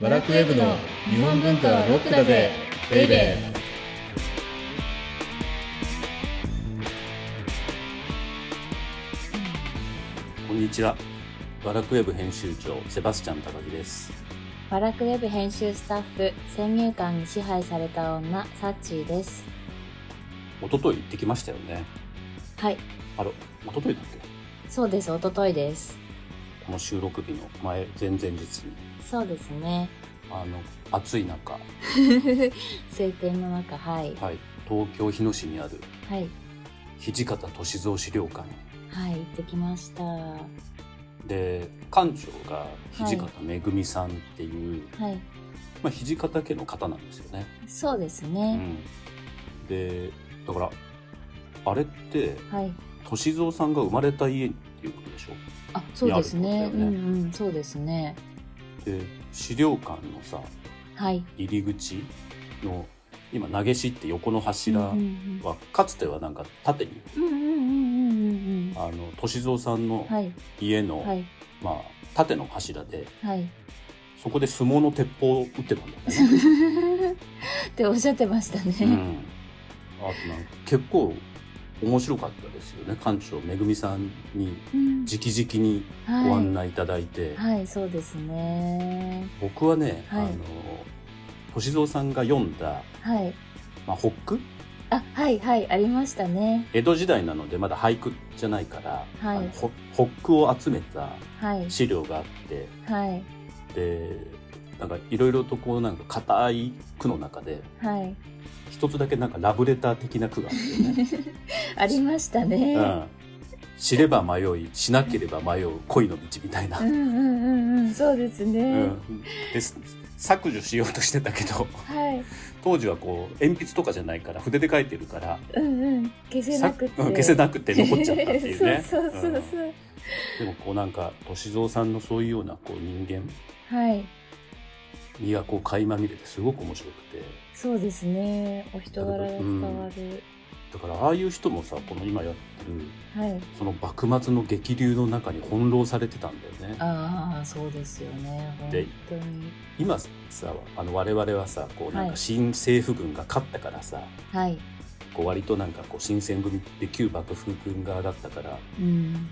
バラクウェブの日本文化はロックだぜベイベーこんにちは。バラクウェブ編集長、セバスチャン高木です。バラクウェブ編集スタッフ先入観に支配された女サッチーです一昨日行ってきましたよね。はいあら、一昨日だっそうです一昨日ですけこの収録日の前、前々日に。そうです ねあの、暑い中、は晴天の中はいい、東京日野市にあるはい土方歳三資料館はい行ってきましたはで、館長が土方めぐみさんっていう、いまあ、土方家の方なんですよね。そうですうね、ん。で、だから、あれって、はい歳三さんが生まれた家っていうことでしょあそうですいやあねうることだよねんうんそうですねで資料館のさはい入り口の今投げ師って横の柱うは、んかつてはなんか縦にうんうんうんうんうんうんあの歳三さんのはい家の、はいまあ、縦の柱で はいそこで相撲の鉄砲を打ってたんだよね。っておっしゃってましたうね、ん、あとなんか結構面白かったですよね館長めぐみさんにうん直々にご案内いただいて、はい、はい、そうですね僕はね、はいあの歳三さんが読んだはい「まあ、北区」あはいはいありましたね江戸時代なのでまだ俳句じゃないから、はいあのほ北句を集めたはい資料があってはいでなんかいろいろとこうなんか硬い句の中ではい 一つだけなんかラブレター的な句があってね、ありましたね。うん、知れば迷いしなければ迷う恋の道みたいな、うんうんうんうん、そうですうね。ん、です削除しようとしてたけど はい、当時はこう鉛筆とかじゃないから筆で書いてるからうんうん、消せなくて。さうん消せなくて残っちゃったっていう ねそうそうそうそう。でもこうなんか歳三さんのそういうようなこう人間はい、身がこう垣間見れてすごく面白くてそうですね。お人柄が伝わる。だからああいう人もさこの今やってるはい。その幕末の激流の中に翻弄されてたんだよねああ、そうですよね。本で当に。今さあの我々はさこうなんはかい新政府軍が勝ったからさ、はい。こう割となんかこう新選組って旧幕府軍側だったからうん。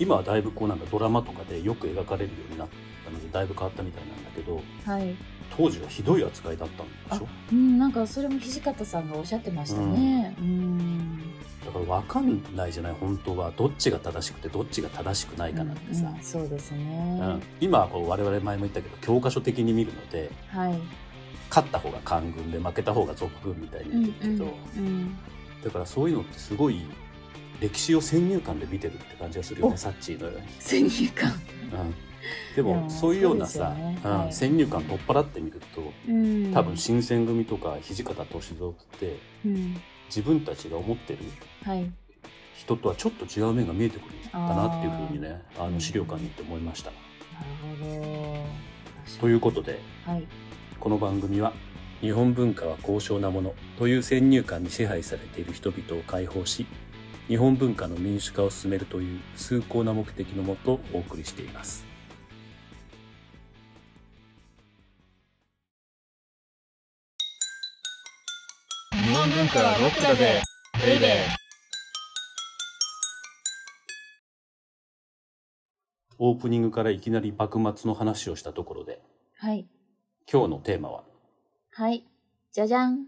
今はだいぶこうなんかドラマとかでよく描かれるようになったのでだいぶ変わったみたいなんだけどはい。当時はひどい扱いだったんでしょうん、なんかそれも土方さんがおっしゃってましたね。うん。だから分かんないじゃない本当はどっちが正しくてどっちが正しくなういんかなんてさ、うんそうですうんね。今はこう我々前も言ったけど教科書的に見るのではい。勝った方が官軍で負けた方が賊軍みたいになるけど、うん。だからそういうのってすごい歴史を先入観で見てるって感じがするよねおサッチーのように、先入観。うんでいもやそういうようなさそうですよねうんはい先入観取っ払ってみるとうん。多分新選組とか土方歳三ってうん。自分たちが思ってるはい。人とはちょっと違う面が見えてくるんだなっていうふうにねあの資料館に行って思いました。なるほど。ということではい。この番組は日本文化は高尚なものという先入観に支配されている人々を解放し日本文化の民主化を進めるという崇高な目的のもとお送りしています日本文化はロックだぜベイベーオープニングからいきなり幕末の話をしたところではい。今日のテーマははい。じゃじゃん。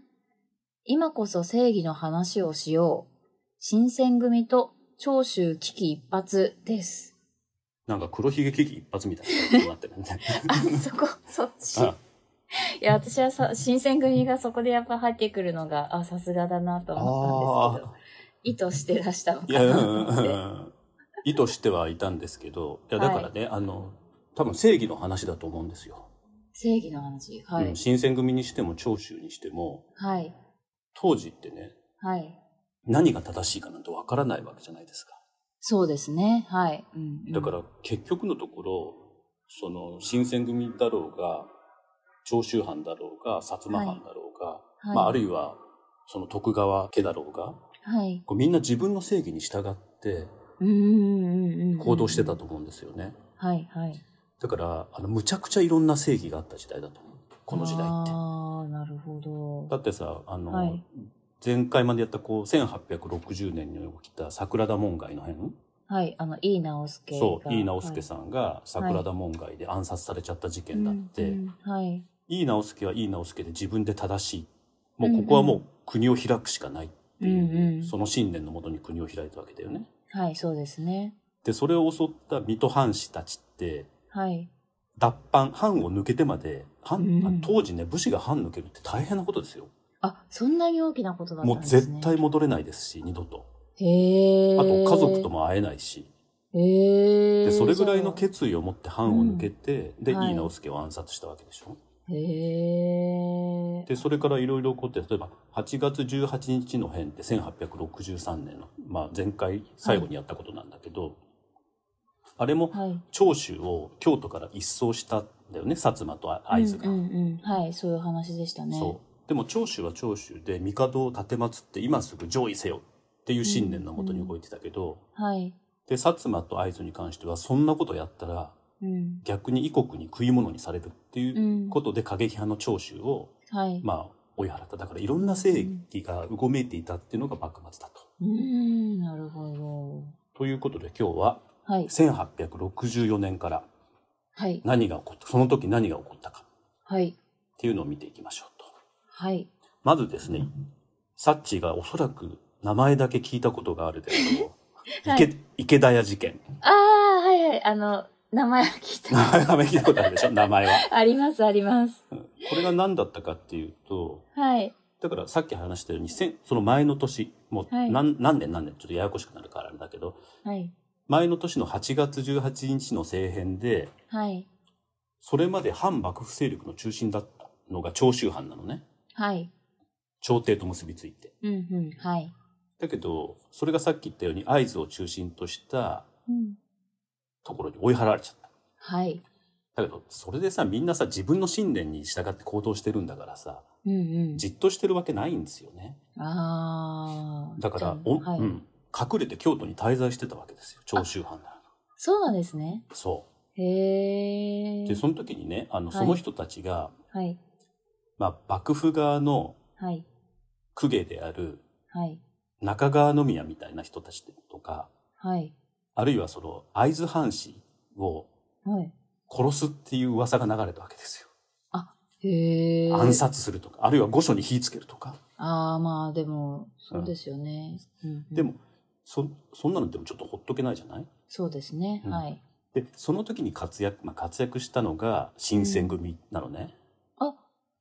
今こそ正義の話をしよう。新選組と長州危機一髪 です。なんか黒ひげ危機一発みたいなことになってるん であ、そこ、そっち。あいや、私はさ、新選組がそこでやっぱ入ってくるのが、あ、さすがだなと思ったんですけど、意図してらしたのかいやうなとんうん思うっんて。うん意図してはいたんですけどいやだからね、あの多分正義の話だと思うんですよ、正義の話。はい。うん新選組にしても長州にしてもはい。当時ってねはい。何が正しいかなんてわからないわけじゃないですかそうですね。はい。うんうんだから結局のところその新選組だろうが長州藩だろうが薩摩藩だろうが、はいまあ、あるいはその徳川家だろうがはい。こうみんな自分の正義に従ってうんうんうんうんうん。行動してたと思うんですよね。はいはい。だから、あの、むちゃくちゃいろんな正義があった時代だと思う。この時代って。ああ、なるほど。だってさ、あの、はい前回までやったこう、1860年に起きた桜田門外の変、はい、あの、いい直すけそう、井伊直輔んさんが桜田門外で暗殺されちゃった事件だって、はい。井伊直輔は井伊直輔で自分で正しい。もうここはもう国を開くしかないっていう、うんうんその信念のもとに国を開いたわけだよね。はい、そうですね。で、それを襲った水戸藩士たちって、はい。脱藩、藩を抜けてまで、う藩んうん当時ね、武士が藩抜けるって大変なことですよ。あ、そんなに大きなことだったもんうですね。絶対戻れないですし、二度と。へーあと家族と。も会えないし、へえ。でそれぐらいの決意を持って藩を抜けて、で、はい井伊直輔を暗殺したわけでしょ。へえ。で、それからいろいろ起こって、例えば8月18日の変って1863年の、まあ前回最後にやったことなんだけど、あれもはい。長州を京都から一掃したんだよね、薩摩と会津が。うんうんうん。はい、そういう話でしたね。そう。でも長州は長州で、帝を奉って今すぐ上位せよっていう信念のもとに動いてたけど、はい。で、薩摩と会津に関しては、そんなことやったら、うん。逆に異国に食い物にされるっていうことで過激派の長州を、はい。まあ、追い払った。だからいろんな正義がうごめいていたっていうのが幕末だと。うーん、なるほということで今日はど。はい。 1864年からはい。何が起こった、その時何が起こったかはい。っていうのを見ていきましょうと。はい。まずですね、サッチーがおそらく名前だけ聞いたことがあるであろ うはい池池田屋事件。ああ、はいはい。あの、名前は聞い名た。前は聞いたことあるでしょ名前は。 あります、あります。これが何だったかっていうと、はい。だからさっき話したように、せんその前の年、もうはい何,、何年何年、ちょっとややこしくなるからあれだけど、はい。前の年の8月18日の政変で、はい。それまで反幕府勢力の中心だったのが長州藩なのね。はい。朝廷と結びついて。うんうん。はい。だけど、それがさっき言ったように会津を中心としたうん。ところに追い払われちゃった。はい。だけど、それでさ、みんなさ、自分の信念に従って行動してるんだからさ、うんうん。じっとしてるわけないんですよね。ああ。だから、じゃあおはい、うん、隠れて京都に滞在してたわけですよ、長州藩なら。そうなんですね。そへえ。う。で、その時にね、あの、はいその人たちが、はい。まあ、幕府側のはい。公家であるはい。中川宮みたいな人たちとか、はい。あるいはその会津藩士をはい。殺すっていう噂が流れたわけですよ。へえ。暗殺するとか、あるいは御所に火つけるとか。ああ、まあでも、そうですよね。うんうんでも、そ、そんなのでもちょっとほっとけないじゃないそうですね。うんはい。で、その時に活躍、まあ、活躍したのが新選組なのね。あ、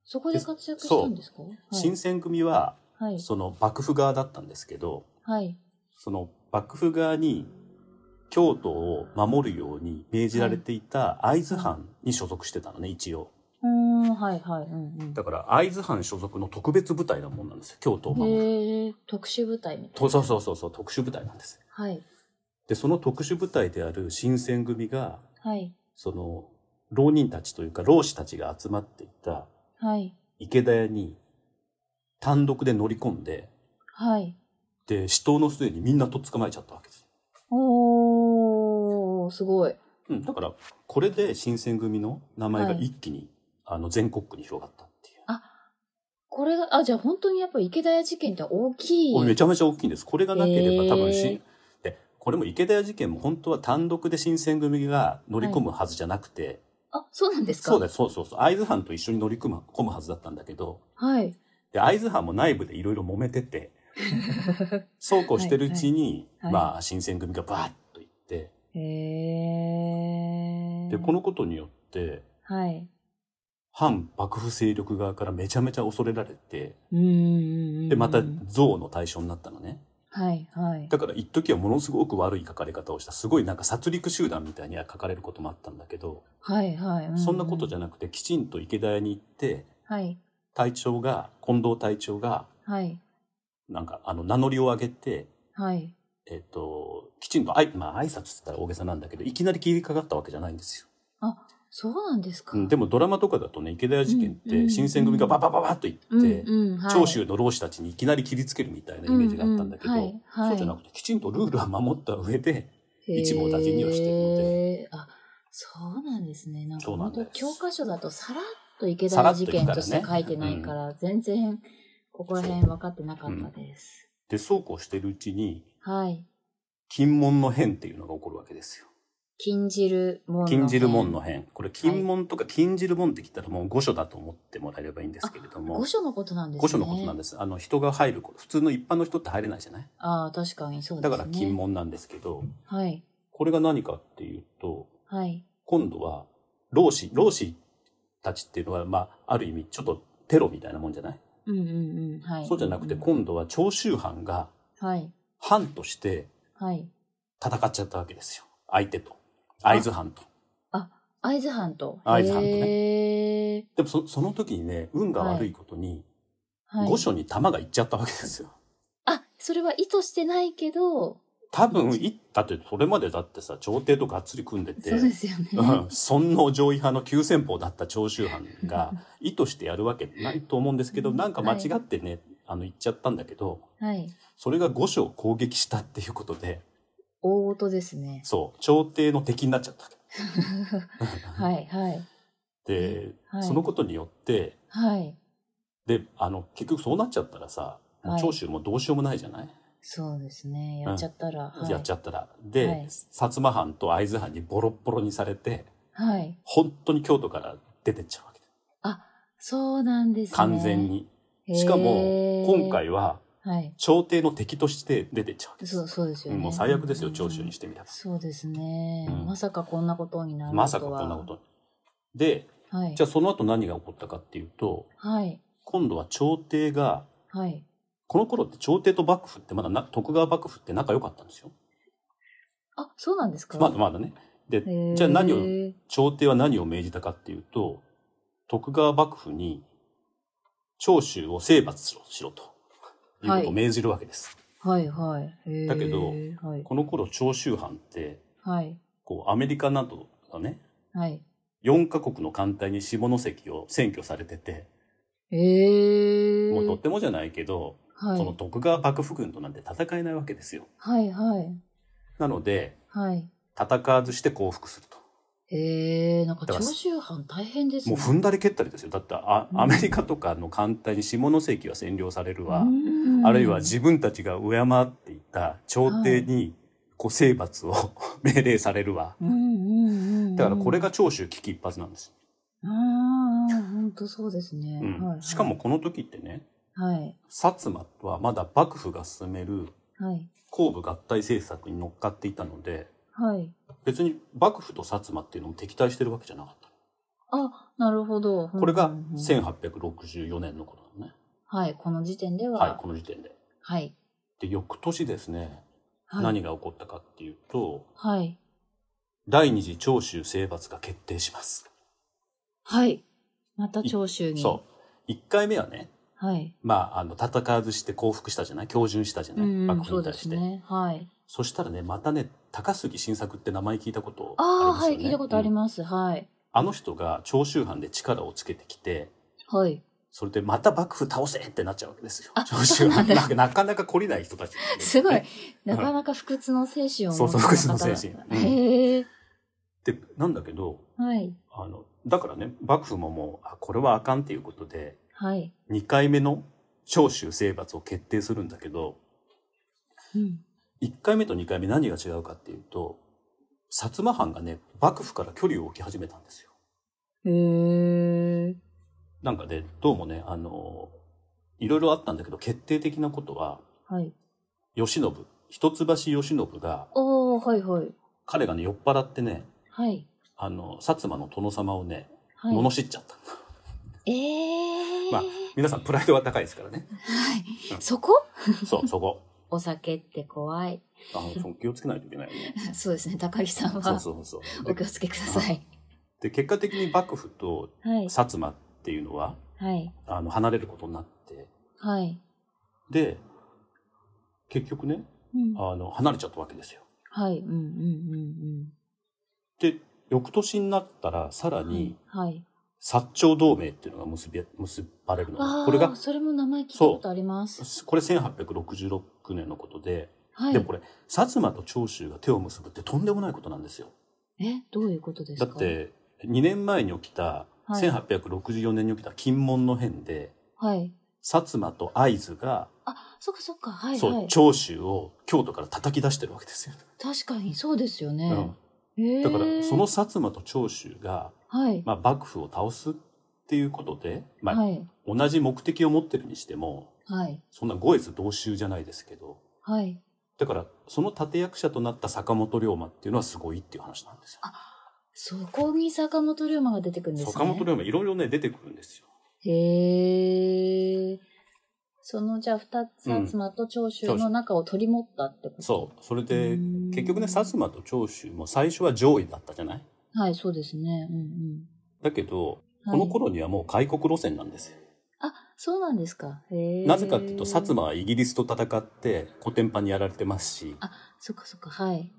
そこで活躍したんですかはい新選組は、はい。その幕府側だったんですけど、はい。その幕府側に京都を守るように命じられていた会津藩に所属してたのね、一応。うーん、はい、はい。うんうん。だから会津藩所属の特別部隊なもんなんですよ、京都を守る。へえ、特殊部隊みたいとそうそうそうそう、特殊部隊なんです。な。はい。で、その特殊部隊である新選組が、はい。その、浪人たちというか、浪士たちが集まっていたはい。池田屋に単独で乗り込んで、はい。で、死闘の末にみんなとっ捕まえちゃったわけです。おー、すごい。うん、だから、これで新選組の名前がはい一気に、あの、全国区に広がったっていう。これが、あ、じゃあ本当にやっぱ池田屋事件って大きい。これめちゃめちゃ大きいんです。これがなければへー多分し、で、これも池田屋事件も本当は単独で新選組が乗り込むはずじゃなくて、あ、そうなんですかそうです、そうそうそう、会津藩と一緒に乗り込む込むはずだったんだけど、はい。で、会津藩も内部でいろいろ揉めて て、そうこうしてるうちに、はいはいまあ、新選組がバーッと行って、へえ。で、このことによって、はい。反幕府勢力側からめちゃめちゃ恐れられて、うーん。で、また憎悪の対象になったのね。はい、はい。だから一時はものすごく悪い書かれ方をした、すごいなんか殺戮集団みたいには書かれることもあったんだけど、はい、はい。うそんなことじゃゃなくて、きちんと池田屋に行って、はい、隊長が、近藤隊長が、はい、なんかあの名乗りを上げて、はい。えっ、と、きちんとあい、まあ挨拶って言ったら大げさなんだけど、いきなり切りかかったわけじゃないんですよ。そうなんですか。うん、でもドラマとかだとね、池田屋事件っうんうんて、新選組がババババッと行って、うんうんはい、長州の浪士たちにいきなり切りつけるみたいなイメージがあったんだけど、うんうんはいはいそうじゃなくてきちんとルールは守った上で、へー一網打尽にはしてるのあ、そうなんでですね。なんかそうなん本当です教科書だとさらっと池さら田っ事と行く件からねとして書いてないから、全然ここら辺分かってなかったです。で、そうこうしてるうちに、はい。禁門の変っていうのが起こるわけですよ。禁じる門の禁じる門の変。これ、禁門とか禁じる門ってきたらもう御所だと思ってもらえればいいんですけれども。御所のことなんですね。御所のことなんでです。あの、人が入ること、普通の一般の人って入れないじゃないす。ああ、確かにそうですだね。から禁。門なんですけど、はい。これが何かっていうと、はい。今度は、老子、老子たちっていうのは、まあ、ある意味、ちょっとテロみたいなもんじゃない、うんうんうん。はい。そうじゃなくて、んん今度は長州藩が、はい。藩としてはい。戦っちゃったわけですよ。相手と。会津藩と。会津藩と。会津藩とね。へでもそ、その時にね、運が悪いことに、ーはい御所に弾が行っちゃったわけですよ。あ、それは意図してないけど、多分、いだって、それまでだってさ、朝廷とがっつり組んでて、そうですよね。うん、尊王攘夷派の急先鋒だった長州藩が 意図してやるわけないと思うんですけど、なんか間違ってね、あの言っちゃったんだけど、はい。それが御所を攻撃したっていうことで、大事ですね。そう、朝廷の敵になっちゃったわはい、はい。け。で、はいそのことによって、はい。で、あの、結局そうなっちゃったらさ、もうはい長州もどうしようもないじゃない、そうですね。やっちゃったら。はい、やっちゃったら。で、はい薩摩藩と会津藩にボロッボロにされて、はい。本当に京都から出てっちゃうわけ。そうなんですね。完全。に。しかも、今。回は、はい。朝廷の敵として出てっちゃうわけですそう、そうですよね。もう最悪ですよ長州にしてみたら、そうですね、うんまさかこんなことになるとは。まさかこんなことにではい。じゃあその後何が起こったかっていうとはい。今度は朝廷がはい。この頃って朝廷と幕府ってまだな徳川幕府って仲良かったんですよあ、そうなんですかまだまだねでへーじゃあ何を朝廷は何を命じたかっていうと徳川幕府に長州を征伐しろしろということを命じるわけです、はい、はい。へーだけどはい。この頃長州藩ってはい。こうアメリカなどがねはい。 4カ国の艦隊に下関を占拠されてて、ええもうとってもじゃないけど、はいその徳川幕府軍となんて戦えないわけですよ。はい、はい。なので、はい。戦わずして降伏すると。ええなんかだか長ら州藩大変ですもね。う踏んだり蹴ったりですよ。だってあ、うんアメリカとかの艦隊に下関は占領されるわ、うんあるいは自分たちが敬っていた朝廷に、こう、征伐を 命令されるわ。うんうんうんうんだからこれが長州危機一髪なんです。ああ、本当そうですね。うんはいはいしかも、この時ってね、はい、薩摩はまだ幕府が進めるはい、公部合体政策に乗っかっていたのではい。別に幕府と薩摩っていうのも敵対してるわけじゃなかったあ、なるほど。これがうんうんうん1864年のことだねはい、この時点では、はいこの時点ではい、で翌年ですね、はい、何が起こったかっていうとはい、第二次長州征伐が決定します、はい。また長州に。そう1回目はねはい。まあ、あの戦わずして降伏したじゃない強順したじゃない、うんうん、幕府そうにで対しすてそ,、ね。はい。したらねまたね高杉晋作って名前聞いたことああ、あはりい、ますよね聞いたことありうんます。はい。あの人が長州藩で力をつけてきてはい。それでまた幕府倒せってなっちゃうわけですよ。あ長州そうな藩んだなんかなかなか懲りない人たち、すごいね。なかなか不屈の精神を持そうそう、った福祉の方精神。うんへえ。で、なんだけど、はい。あの、だからね、幕府ももう、あ、これはあかんっていうことで、はい。 2回目の長州征伐を決定するんだけど、うん。 1回目と2回目何が違うかっていうと、薩摩藩がね、幕府から距離を置き始めたんですよ。へえ。なんかね、どうもね、あの、いろいろあったんだけど、決定的なことは、はい。慶喜、一橋慶喜が、おー、はい、はい。彼がね、酔っ払ってね、はい。あの、薩摩の殿様をね、はい。罵っちゃった。ええー。まあ 皆さん、プライドは高いですからね。うんそこそう、そこ。お酒って怖い。あのそう気をつけないといけないよね。 そうですね、高木さんそうはそうそう。お気をつけください。で、結果的に幕府とはい薩、摩っていうのは、はい、あの、離れることになって、はい。で、結局ね、うんあの、離れちゃったわけですよ。はい、うん、うん、うん、で、翌年になったら、さらうん。に、はい。薩長同盟っていうのが結び、結ばれるあの。あ、これが、それも名前聞いたことあります。これ1866年のことで、はいでも。これ、薩摩と長州が手を結ぶってとんでもないことなんですよ。え、どういうことですだかっ、て、 2年前に起きた、はい1864年に起きた金門の変で、はい。薩摩と会津が、あ、そっかそっか。はいそはうい。長州を京都から叩き出してるわけですよ、確かにそうですよね。うへん、ーだからその、薩摩と長州が、はい。まあ、幕府を倒すっていうことで、まあはい。同じ目的を持ってるにしてもはい。そんな五越同州じゃないですけどはい。だからその立役者となった坂本龍馬っていうのはすごいっていう話なんですよ。そこに坂本龍馬が出てくるんですね。坂本龍馬いろいろね出てくるんですよ。へえ。そのじゃあ二つうん薩摩と長州の中を取り持ったってこと、そうそれうでん結局ね薩摩と長州も最初は上位だったじゃないはい、そうですね。うんうん。だけどはこいの頃にはもう開国路線なんですよ。あ、そうなんですか。へえ。なぜかっていうと薩摩。はイギリスと戦ってコテンパンにやられてますしあそっかそっか、はい。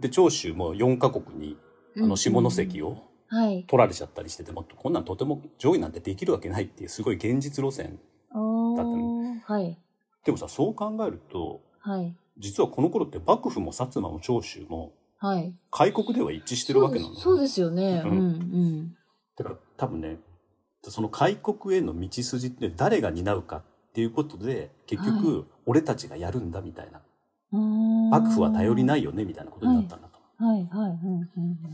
で長州も4カ国にあうんうんの下関をはい。取られちゃったりしててもこんなんとても上位なんてできるわけないっていうすごい現実路線おだったー。はい。でもさそう考えるとはい。実はこの頃って幕府も薩摩も長州もはい。開国では一致してるわけなのそうですそうですよね。ううんん、うん。だから多分ねその開国への道筋って誰が担うかっていうことで結は局俺たちがやるんだみたいな、あー幕府は頼りないよねみたいなことになったんだと、はいはいうん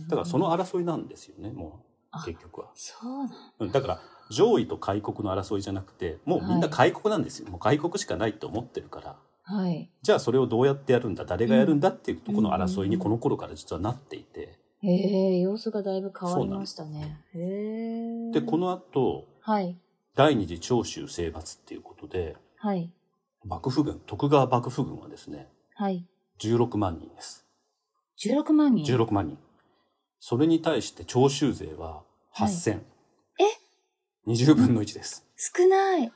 うん。だからそ。の争いなんですよねもあう結局はそうなんうんだから上位と開国の争いじゃなくてもうみんな開国なんですよ、もう開国しかないと思ってるからはい。じゃあそれをどうやってやるんだ誰がやるんだっていうとこの争いにこの頃から実はなっていて、へえ、様子がだいぶ変わりましたね。へえ。でこ、の後はい。第二次長州征伐っていうことではい。幕府軍徳川幕府軍はですねはい。 16万人です16万人。 16万人それに対して長州勢は8000、え20分の1です少ない。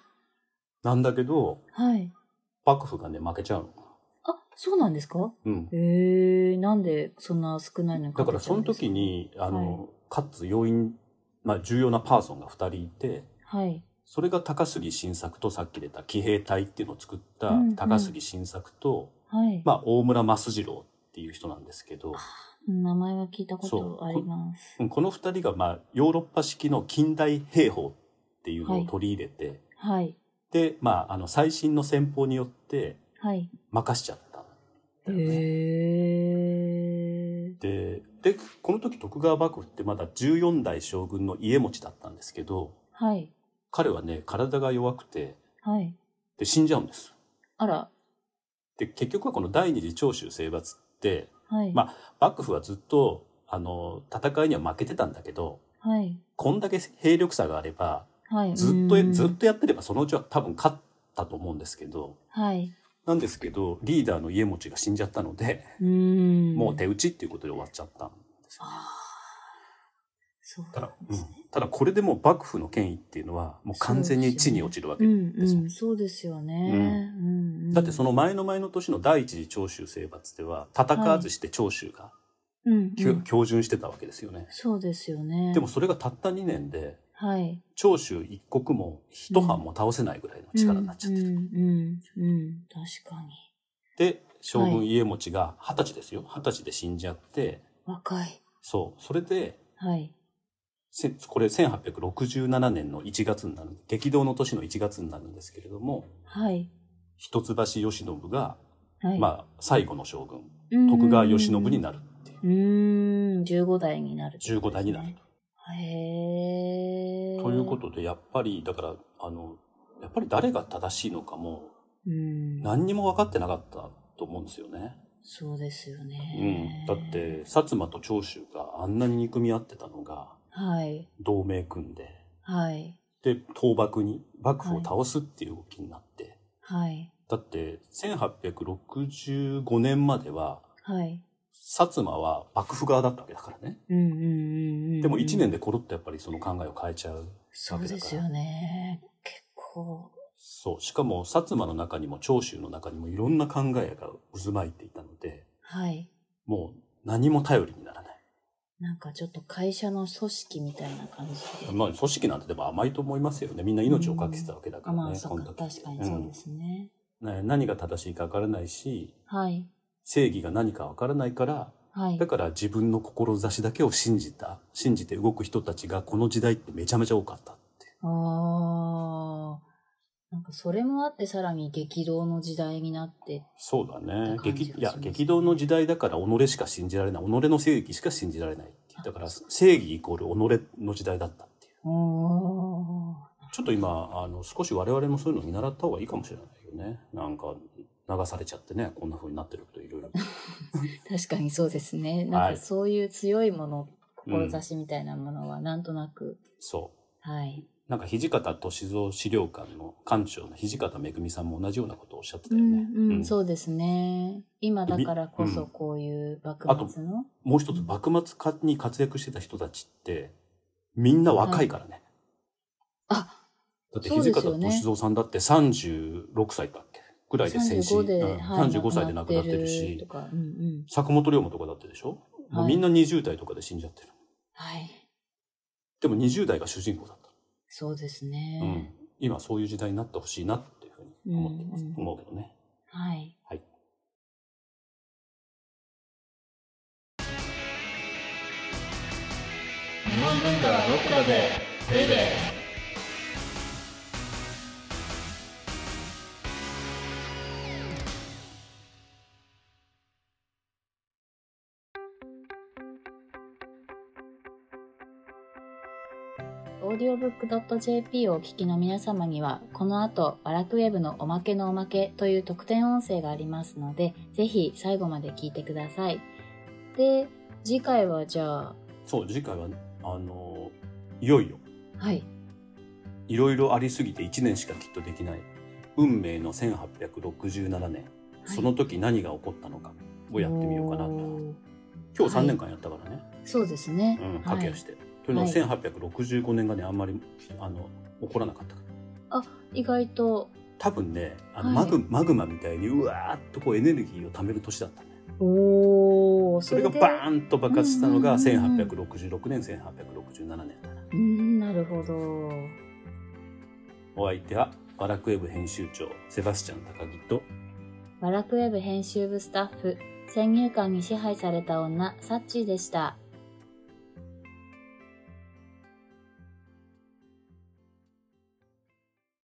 なんだけどはい。幕府がね負けちゃうのあ、そうなんですかうんへえ、なんでそんな少ないのか。だからその時。にあの、かつ要因、まあ、重要なパーソンが2人いてはい。それが高杉晋作とさっき出た騎兵隊っていうのを作ったうんうん高杉晋作と、はい。まあ、大村益次郎っていう人なんですけど、名前は聞いたこそうとあります。うんこの2人が、まあ、ヨーロッパ式の近代兵法っていうのを取り入れて、はい。で、まあ、あの最新の戦法によってはい。任しちゃったへんだよね。え。ででこの時徳川幕府ってまだ14代将軍の家持ちだったんですけどはい。彼はね体が弱くてはい。で死んじゃうんです。あら。で結局はこの第二次長州征伐ってはい。ま幕府はずっとあの戦いには負けてたんだけどはい。こんだけ兵力差があればはい。ずっうとんずっとやってればそのうちは多分勝ったと思うんですけどはい。なんですけどリーダーの家持ちが死んじゃったので、うーん。もう手打ちっていうことで終わっちゃったんですよ。あーそうただなんうですんね。、ただこれでもう幕府の権威っていうのはもう完全に地に落ちるわけうですん、ようん、そうですよね。ううんん、うん。だってその前の前の年の第一次長州征伐では戦わずして長州がうん、うん、きょ標準してたわけですよね、そうですよね。でも、それがたった2年ではい。長州一国も一藩も倒せないぐらいの力になっちゃってる、うん、うん、うん、確かに。で将軍家持が二十歳ですよ二十歳で死んじゃって若い。そうそれではい。せこれ1867年の1月になる激動の年の1月になるんですけれどもはい。一橋慶喜が、はい。まあ、最後の将軍あ徳川慶喜になるっていううーん、15代になる、 15代になる。へえ。ということでやっぱりだからあのやっぱり誰が正しいのかもうん。何にも分かってなかったと思うんですよね。そうですようんね、。だって、薩摩と長州があんなに憎み合ってたのがはい。同盟組んではい。で倒幕に幕府を倒すっていう動きになって、はい。だって1865年までははい。薩摩は幕府側だったわけだからね。うんうんうんうん。でも1年でコロッとやっぱりその考えを変えちゃう。そうですよね。結構。そう。しかも薩摩の中にも長州の中にもいろんな考えが渦巻いていたので、はい。もう何も頼りにならない。なんかちょっと会社の組織みたいな感じで。まあ組織なんてでも甘いと思いますよね。みんな命をかけてたわけだかあ、らね。まあ、そこっのか。時確かにそうですね。ね何が正しいかわからないし、はい。正義が何かわからないから、はいだ。から自分の志だけを信じた信じて動く人たちがこの時代ってめちゃめちゃ多かったって。あー。なんかそれもあってさらに激動の時代になって。そうだねっ。て感激、じいがやし、ます激動の時代だから己しか信じられない。己の正義しか信じられないっていう。だから正義イコール己の時代だったっていう。おー。ちょっと今、あの、少し我々もそういうの見習った方がいいかもしれないよね。なんか、流されちゃってね、こんな風になってることいろいろ。確かにそうですね。なんかそういう強いもの、うん志みたいなものはなんとなく、そう。はい。なんか土方歳三資料館の館長の土方めぐみさんも同じようなことをおっしゃってたうよんね。うん、うんそうですね。今だからこうそんこういう幕末の、もう一つ幕末かに活躍してた人たちってみんな若いからね。あだってそう土で方すよね歳三さんだって36歳だっけぐらいで戦死、 35で、うんはい35歳で亡くな亡くなってるってるとし、か、うんうん。坂本龍馬とかだってでしょ、もうはいみんな20代とかで死んじゃってる。はい。でも20代が主人公だった。そうですうんね。、今そういう時代になってほしいなっていうふうに思ってます、うんうん思うけどね。はい。日本文化はロックだぜベイベーオーディオブックドット JP をお聞きの皆様には、この後、バラクウェブのおまけのおまけという特典音声がありますので、ぜひ最後まで聞いてください。で、次回はじゃあ、そう、次回は、あの、いよいよ、はい。いろいろありすぎて1年しかきっとできない運命の1867年その時何が起こったのかをやってみようかなと、おー今日3年間やったからね、そうですね。うん、は駆けい足。で、というのははい1865年がねあんまりあの起こらなかったから意外と、多分ねあのはいマグ,、マグマみたいにうわーっとこうエネルギーを貯める年だったねおー、それがでバーンと爆発したのがうんうんうんうん1866年1867年だなうん、なるほど。お相手はワラクエブ編集長セバスチャン高木とバラクウェブ編集部スタッフ、先入観に支配された女、サッチーでした。